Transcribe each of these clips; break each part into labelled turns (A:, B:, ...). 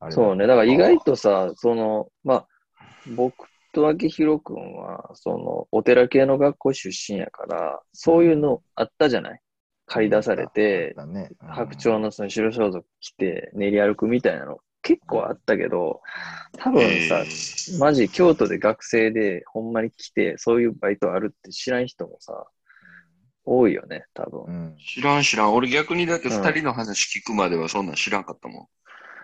A: あれだ
B: そうね。だから意外とさ、その、まあ、僕と明宏くんは、その、お寺系の学校出身やから、そういうのあったじゃない借り出されて、
A: あったねうん
B: 白鳥のその白装束着て練り歩くみたいなの結構あったけど、多分さ、マジ京都で学生でほんまに来て、そういうバイトあるって知らん人もさ、多いよね、多分。
A: うん。
C: 知らん知らん。俺逆にだって
B: うん
C: 二人の話聞くまではそんなん知らんかったもん。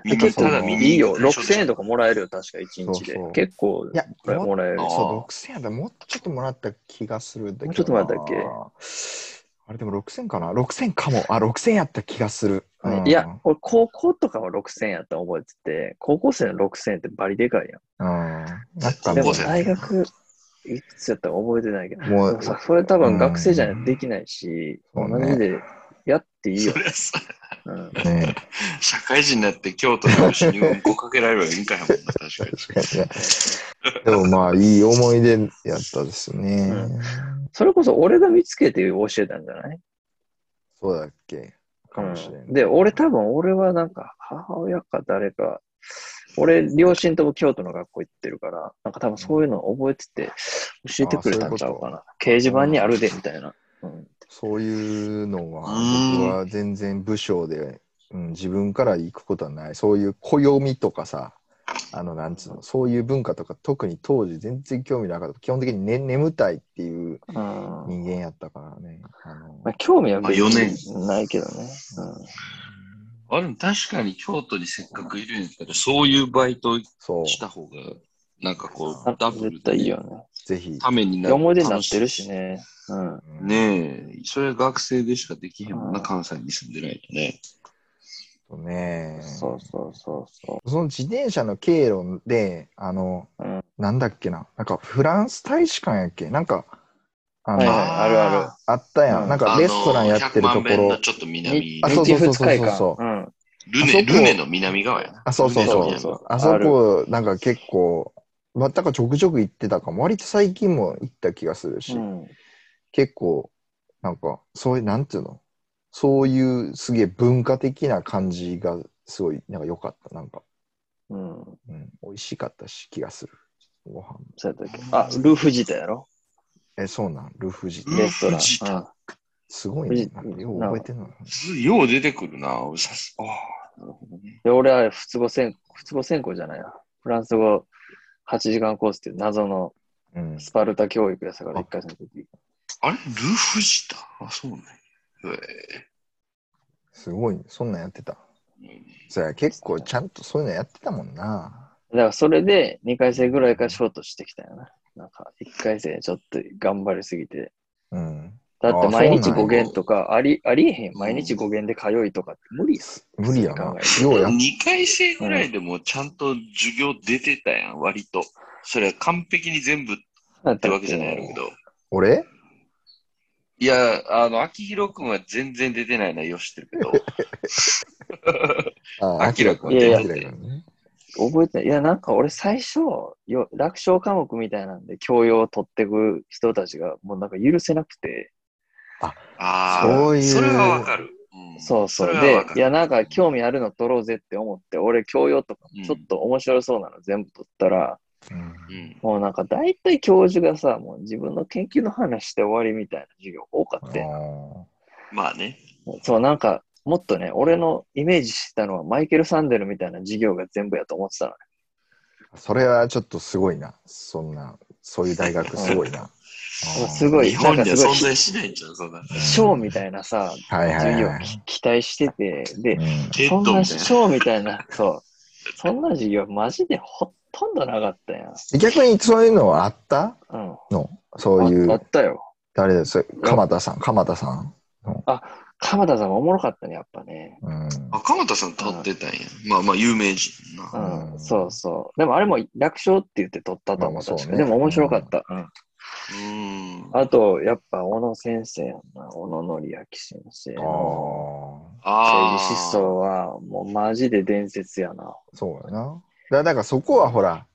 B: で
C: みんな
B: 結
C: た
B: 構
C: だ見に
B: いいよ、
C: 行く
B: 6000円とかもらえるよ、確か1日
A: そ
B: で。
A: うそう
B: 結構
A: いや、
B: これ
A: も
B: もらえる
C: あ。
A: そう、6000やったらもうちょっともらった気がするんだけどな。
B: もうちょっともらったっけ
A: あれでも6000かな ?6000 かも。あ、6000やった気がする。うん
B: いや、俺高校とかは6000やったの覚えてて、高校生の6000ってバリでかいや
A: うん。
B: ん。
A: なった
B: で
A: も
B: も
A: ん
C: 高校
B: 大学いくつやったか覚えてないけど、
A: も
B: で
A: う
B: も、さそれ多分学生じゃないとできないし、
A: うん
B: 同じでやっていいよ
C: そ。りゃさ、
B: うん
A: ね、
C: 社会人になって京都の牛にうんこかけられるわけいいんかいもんな、確か に。
A: 確かにね。 でもまあ、いい思い出やったですね。
B: うんそれこそ俺が見つけて教えたんじゃない
A: そうだっけかもしれない。
B: うんで、俺多分、俺はなんか、母親か誰か、俺、両親とも京都の学校行ってるから、なんか多分そういうの覚えてて、教えてくれたんちゃうかな。掲示板にあるで、みたいな。うん
A: そういうのは、
C: うん
A: 僕は全然武将で、うん、自分から行くことはない。そういう暦とかさ、あの、なんつうの、そういう文化とか、特に当時全然興味なかった。基本的に、ね、眠たいっていう
B: うん
A: 人間やったからね。あの
B: まあ、興味は別
C: まあ四
B: にないけどね。うん
C: あ、でも確かに京都にせっかくいるんやったら、そういうバイト
A: そう、
C: した方が、なんかこ
A: あ
C: う、ダブル
B: 絶対いいよね。
A: ぜひ。
C: ためになる。
B: 思い出になってるしね。うん。
A: うん
C: ねえ、それは学生でしかできへんもんな、
B: うん
C: 関西に住んでないとね。
A: そうね。
B: そうそうそうそ
A: その自転車の経路で、あの、
B: うん
A: なんだっけな、なんかフランス大使館やっけなんか、あの、
B: う。はいはい、
C: あ
B: あるあ
A: あったやん。
B: うん
A: なんか
C: あの
A: レストランやってるとこ
C: 100万遍
A: ろ
C: の、ちょっと
B: る。
C: 南
B: 日
A: あ、そう
B: 日仏会館。
A: そうそうそうそう
B: うん
C: ル
A: あそこ
C: ネ、ルネの南側やな。
A: あ、そうそう
C: ルネ
A: そ
C: の南
A: う。
C: 側
A: あそこ、なんか結構、またかちょくちょく行ってたかも。割と最近も行った気がするし、
B: うん。
A: 結構、なんか、そういう、なんていうのそういうすげえ文化的な感じがすごい、なんか良かった。なんか、
B: うん。
A: うん、美味しかったし、気がする。ご飯。
B: そうやったっけあ、ルーフジタやろ
A: え、そうなん、ルフジ。
C: うん
B: レストラ
C: ルーフジタ
B: ン。うん
A: すごい
B: 富
A: ね
B: 士。
A: なんかよう覚えてるな。
C: よう出てくるな、おさす。ああ、なるほどね。
B: で、俺あれ、仏語専、仏語専攻じゃないな。フランス語8時間コースっていう謎の
A: うん。
B: スパルタ教育やったから、一回戦の時。
C: あれルーフジタあ、そうね。え
A: すごいね。そんなんやってた。
C: え
A: そや、結構ちゃんとそういうのやってたもんな。
B: だからそれで2回生ぐらいからショートしてきたよな。なんか1回生ちょっと頑張りすぎて。
A: うん。
B: だって
A: あ
B: 毎日
A: そうなんや
B: 5限とかありありえへん。毎日5限で通いとかって無理やん。
A: 無理やな。よ
B: 考
A: うやっ
C: 2回生ぐらいでもちゃんと授業出てたやん、割と。それは完璧に全部っ
B: だって
C: わけじゃないやろうけど。
A: 俺
C: いや、あの、秋広くんは全然出てないのはよしてるけど。
A: あ
C: アキラ
A: く
C: く
A: ん
C: ん
A: ね。
B: いやいや
A: アキラくんね
B: 覚えてない。いや、なんか俺最初よ、楽勝科目みたいなんで教養を取ってく人たちがもうなんか許せなくて。
C: ああ、
A: そういう
C: それはわかる。うん
B: そうそう。
C: れは
B: で
C: わか、
B: い
C: る
B: や、なんか興味あるの取ろうぜって思って、俺、教養とか
C: うん
B: ちょっと面白そうなの全部取ったら、
A: うん
C: うん
B: もうなんか大体教授がさ、もう自分の研究の話して終わりみたいな授業多かったよ
C: まあね。
B: そう、なんか、もっとね、俺のイメージしてたのはマイケル・サンデルみたいな授業が全部やと思ってたのね。
A: あーそれはちょっとすごいな。そんな、そういう大学すごいな。
B: そうすごい、
C: 日
B: なん
C: 本
B: か
C: には
B: すごい
C: 存、在しないんちゃう、そんな。
B: ショーみたいなさ、
A: はいはい
B: 授業
A: はい。
B: き期待してて、で、
A: うん
C: テッ
B: そん
C: ド
B: な
C: みたいな
B: シ。ョーみたいな、そう、そんな授業マジでほとんどなかったやん。
A: 逆にそういうのはあった
B: うん。
A: のそうい
B: ああ
A: う
B: っ、たよ。
A: 誰です鎌田さん、鎌田さん。
B: 鎌田さんもおもろかったね、やっぱね。
A: うん。
C: あ、鎌田さん撮ってたんや。まあまあ、有名人な。
B: う、
A: うんん
B: そうそう。でもあれも楽勝って言って撮ったと思
A: まあ
B: う。
A: そうね
B: 確かにでも面白かった。
C: うん。
B: あと、やっぱ、小野先生やんな。小野紀明先生
A: ああ
B: の
C: あ
B: 政治思想
C: ー。
B: は、もうマジで伝説やな。
A: ー、そうやな。だだからそこはほら、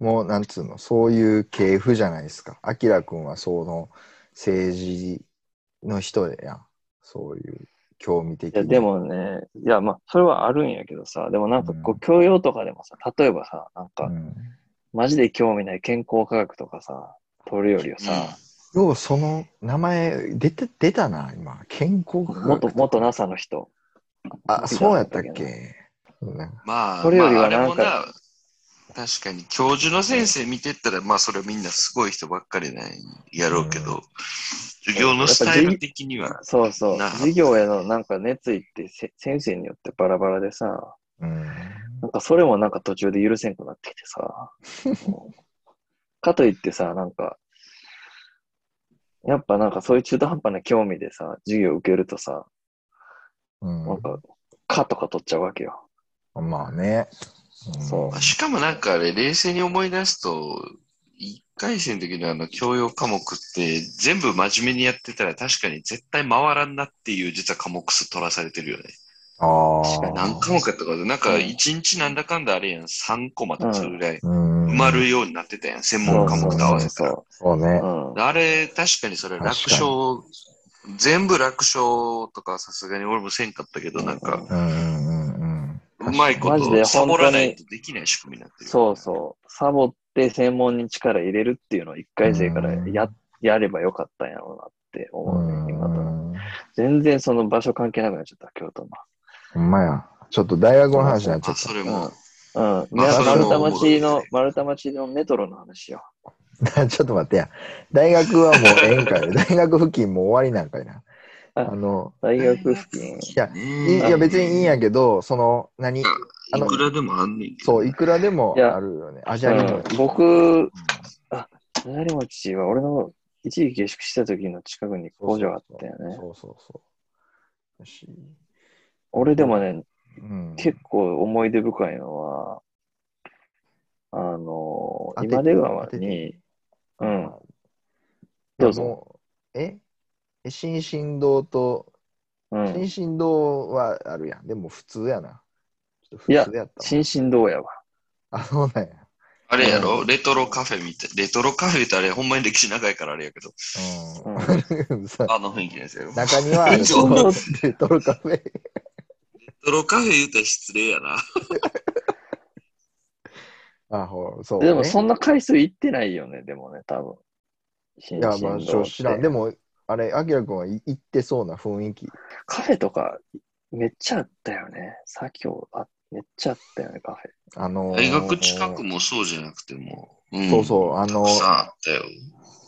A: もうなんつうの、そういう系譜じゃないですか。アキラくんはその政治の人やん。そういう興味的
B: いや、
A: に。
B: でもね、いや、まあ、それはあるんやけどさ、でもなんかこ
A: うん
B: う、教養とかでもさ、例えばさ、なん
A: う
B: か、
A: ん、
B: マジで興味ない健康科学とかさ、取るよりはさ、
A: ようその名前出て出たな、今。健康科学
B: 元、元 NASA の人。
A: あ、そうやったっけ。なんか
C: まあ、
B: それよりは
C: まあ、あれ
B: な
C: も
B: んか
C: な、確かに教授の先生見てったら、まあ、それはみんなすごい人ばっかりなんやろうけど、授業のスタイル的には、
B: そうそう。
C: な
B: 授業へのなんか熱意ってせ先生によってバラバラでさ、
A: うん。
B: なんかそれもなんか途中で許せんくなってきてさ。もうかといってさ、なんか、やっぱなんかそういう中途半端な興味でさ、授業受けるとさ、
A: うん
B: なんか、かとか取っちゃうわけよ。
A: まあね。ん
B: そう
C: まあしかもなんかあれ、冷静に思い出すと、一回生の時のあの教養科目って全部真面目にやってたら確かに絶対回らんなっていう実は科目数取らされてるよね。
A: あ
B: 確か
A: あ。
B: に
C: 何科目やったかで、なんか
B: うん
C: 一日なんだかんだあれやん、3コマとかそれぐらい
A: うん。
C: 埋まるようになってたやん、専
B: そ
C: 門
B: う
C: 科
B: そう
C: 目と合わせた
B: そ
C: ら。
B: う
A: そうね。
B: そう。
C: あれ、確かにそれ楽勝、全部楽勝とかさすがに俺もせんかったけど、
B: うん
C: なんか、
A: うんうんうん
C: うまいこ
B: マジで本当
C: と
B: に
C: サボらないとできない仕組みになって
B: うん。
C: る。
B: そうそう。サボって専門に力入れるっていうのを一回生からややればよかったんやろうなって
A: う
B: 思うね、今となっ
A: ん。
B: て
A: うん。
B: 全然その場所関係なくなっちゃった、京都
A: ほんまや。ちょっと大学の話になっちゃ
C: あ、
A: っ
C: それも。
B: の。うん。
C: まあ
B: ね
C: それ
B: 丸
C: も
B: 太町
C: おもろい
B: の
C: で、
B: 丸太町のメトロの話よ。
A: た。ちょっと待ってや。大学はもうええんかい。大学付近もう終わりなんかいな。
B: あ
A: あの、
B: 大学付近。
A: いや、いいいや別にいいんやけど、その、何
C: うん
A: あの
C: いくらでもあんねんけど。
A: そう、いくらでも
B: いや
A: あるよね。アジ
B: う
A: アにも
B: ん。、僕、あ、隣町は俺の一時下宿した時の近くに工場あったよね。
A: そうそうそう。よし
B: 俺でもね、
A: うん、
B: 結構思い出深いのは、あ
A: 当、
B: の
A: てて
B: 今出川
A: 当て
B: に
A: て、
B: うん、ど
A: い
B: う
A: や
B: ぞ。
A: もうええ新進堂と、
B: うん
A: 新。進堂はあるやん。でも普通やな。ちょっと
B: いや
A: 普通やったわ。
B: 新進堂やわ。
A: あ、そうなんや。
C: あれやろレトロカフェみたい。レトロカフェってあれ、ほんまに歴史長いからあれやけど。
A: うん。 そう
C: あの雰囲気ですよ。レ
A: 中にはある
C: そ
A: そうのレトロカフ ェ。
C: トロカフェ言うたら失礼やな。
A: あ、ほう、そう、ね。
B: でもそんな回数行ってないよね、でもね、多分。新
A: い
B: 進
A: や
B: 堂っ、
A: まあ、
B: て
A: ちょ知らん。でも、あれ、アキラ君は行ってそうな雰囲気。
B: カフェとかめっちゃあったよね。左京あめっちゃあったよね、カフェ。
A: あのー
C: 大学近くもそうじゃなくても。うん
A: そうそう、あのー
C: たくさんあったよ。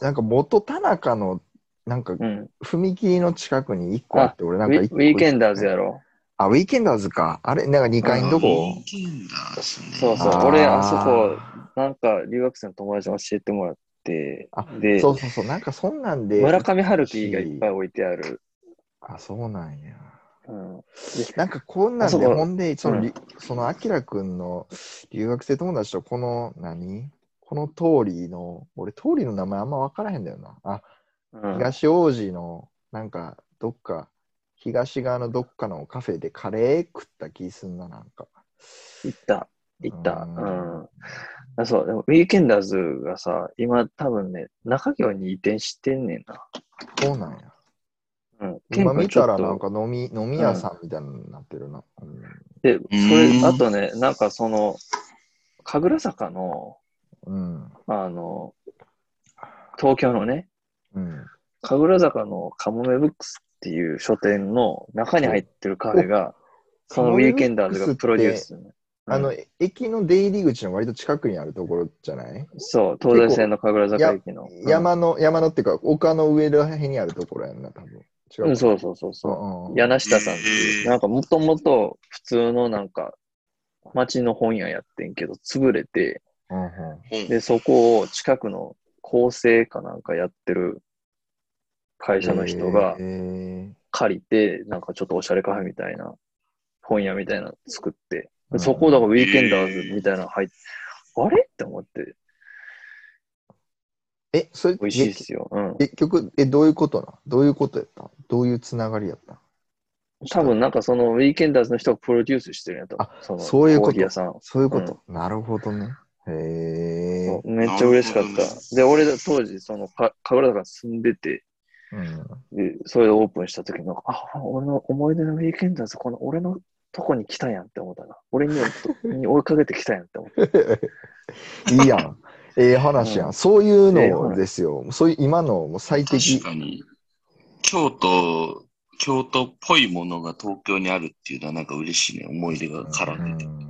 A: なんか元田中の、なんか
B: うん。
A: 踏切の近くに1個あって、俺なんか
B: ウィ
A: 一個
B: ウィーケンダーズやろ。
A: あ、ウィーケンダーズか。あれ、なんか2階のとこ
C: ウィーケンダーですね。
B: そうそう
A: あ。ー
B: 俺、あそこ、なんか留学生の友達に教えてもらって
A: あ、
B: で、
A: そうそうそう、なんかそんなんで。
B: 村上春樹がいっぱい置いてある。
A: あ、そうなんや。
B: うん。
A: なんかこんなんで、
B: あそこ
A: ほんで、その、りその、アキラくんの留学生友達と、この、何この通りの、俺、通りの名前あんま分からへんだよな。あ、
B: うん、
A: 東王子の、なんか、どっか、東側のどっかのカフェでカレー食った気すんな、なんか。
B: 行った。行った。
A: う
B: うんん。あそう、でもウィーケンダーズがさ、今多分ね、中京に移転してんねんな。
A: そうなんや。
B: うん。
A: 今見たら
B: 結構ち
A: な
B: ょ
A: ん
B: っと
A: か飲み飲み屋さんみたいになってるな。うん
B: で、そ
C: うん
B: れ、あとね、なんかその、神楽坂の、
A: うん。
B: あの、東京のね、
A: うん。
B: 神楽坂のカモメブックスっていう書店の中に入ってるカフェが、そのウィーケンダーズがプロデュース。
A: あ
B: う
A: の
B: ん、
A: 駅の出入り口の割と近くにあるところじゃない
B: そう、東大線の神楽坂駅の。うん
A: 山の、山のっていうか、丘の上らへんにあるところやんな、多分。違
B: うん、
A: う。
B: そうそうそうそう。
A: うんうん
B: 柳下さんっていう、なんかもともと普通のなんか、町の本屋やってんけど、潰れて、
A: うんうん
B: で、そこを近くの構成かなんかやってる会社の人が
A: へー
B: 借りて、なんかちょっとおしゃれカフェみたいな、本屋みたいなの作って、
A: うん
B: そこだからウィーケンダーズみたいなの入って、あれって思って、
A: え、それ、
B: 美味しいっすよ。うん。
A: 結局、え、どういうことなどういうことやったどういうつながりやった
B: 多分なんかそのウィーケンダーズの人がプロデュースしてるんやと思
A: あ
B: う。その
A: そういうこと
B: コーヒー屋さんを
A: そういうこと。なるほどね。へえ。
B: めっちゃ嬉しかっ
C: なるほどね
B: た。で、俺当時、その、か神楽坂に住んでて、
A: うん。
B: で、それでオープンした時の、あ、俺の思い出のウィークエンダーズ、この俺のとこに来たやんって思ったな。俺 にはとに追いかけてきたやんって思った。
A: いいやん。ええ話や。
B: うん
A: そういう
B: ええ
A: の
B: 話
A: ですよ。そういう今のもう最適
C: 確。かに、京都、京都っぽいものが東京にあるっていうのはなんか嬉しいね、思い出が絡んでて。
A: うん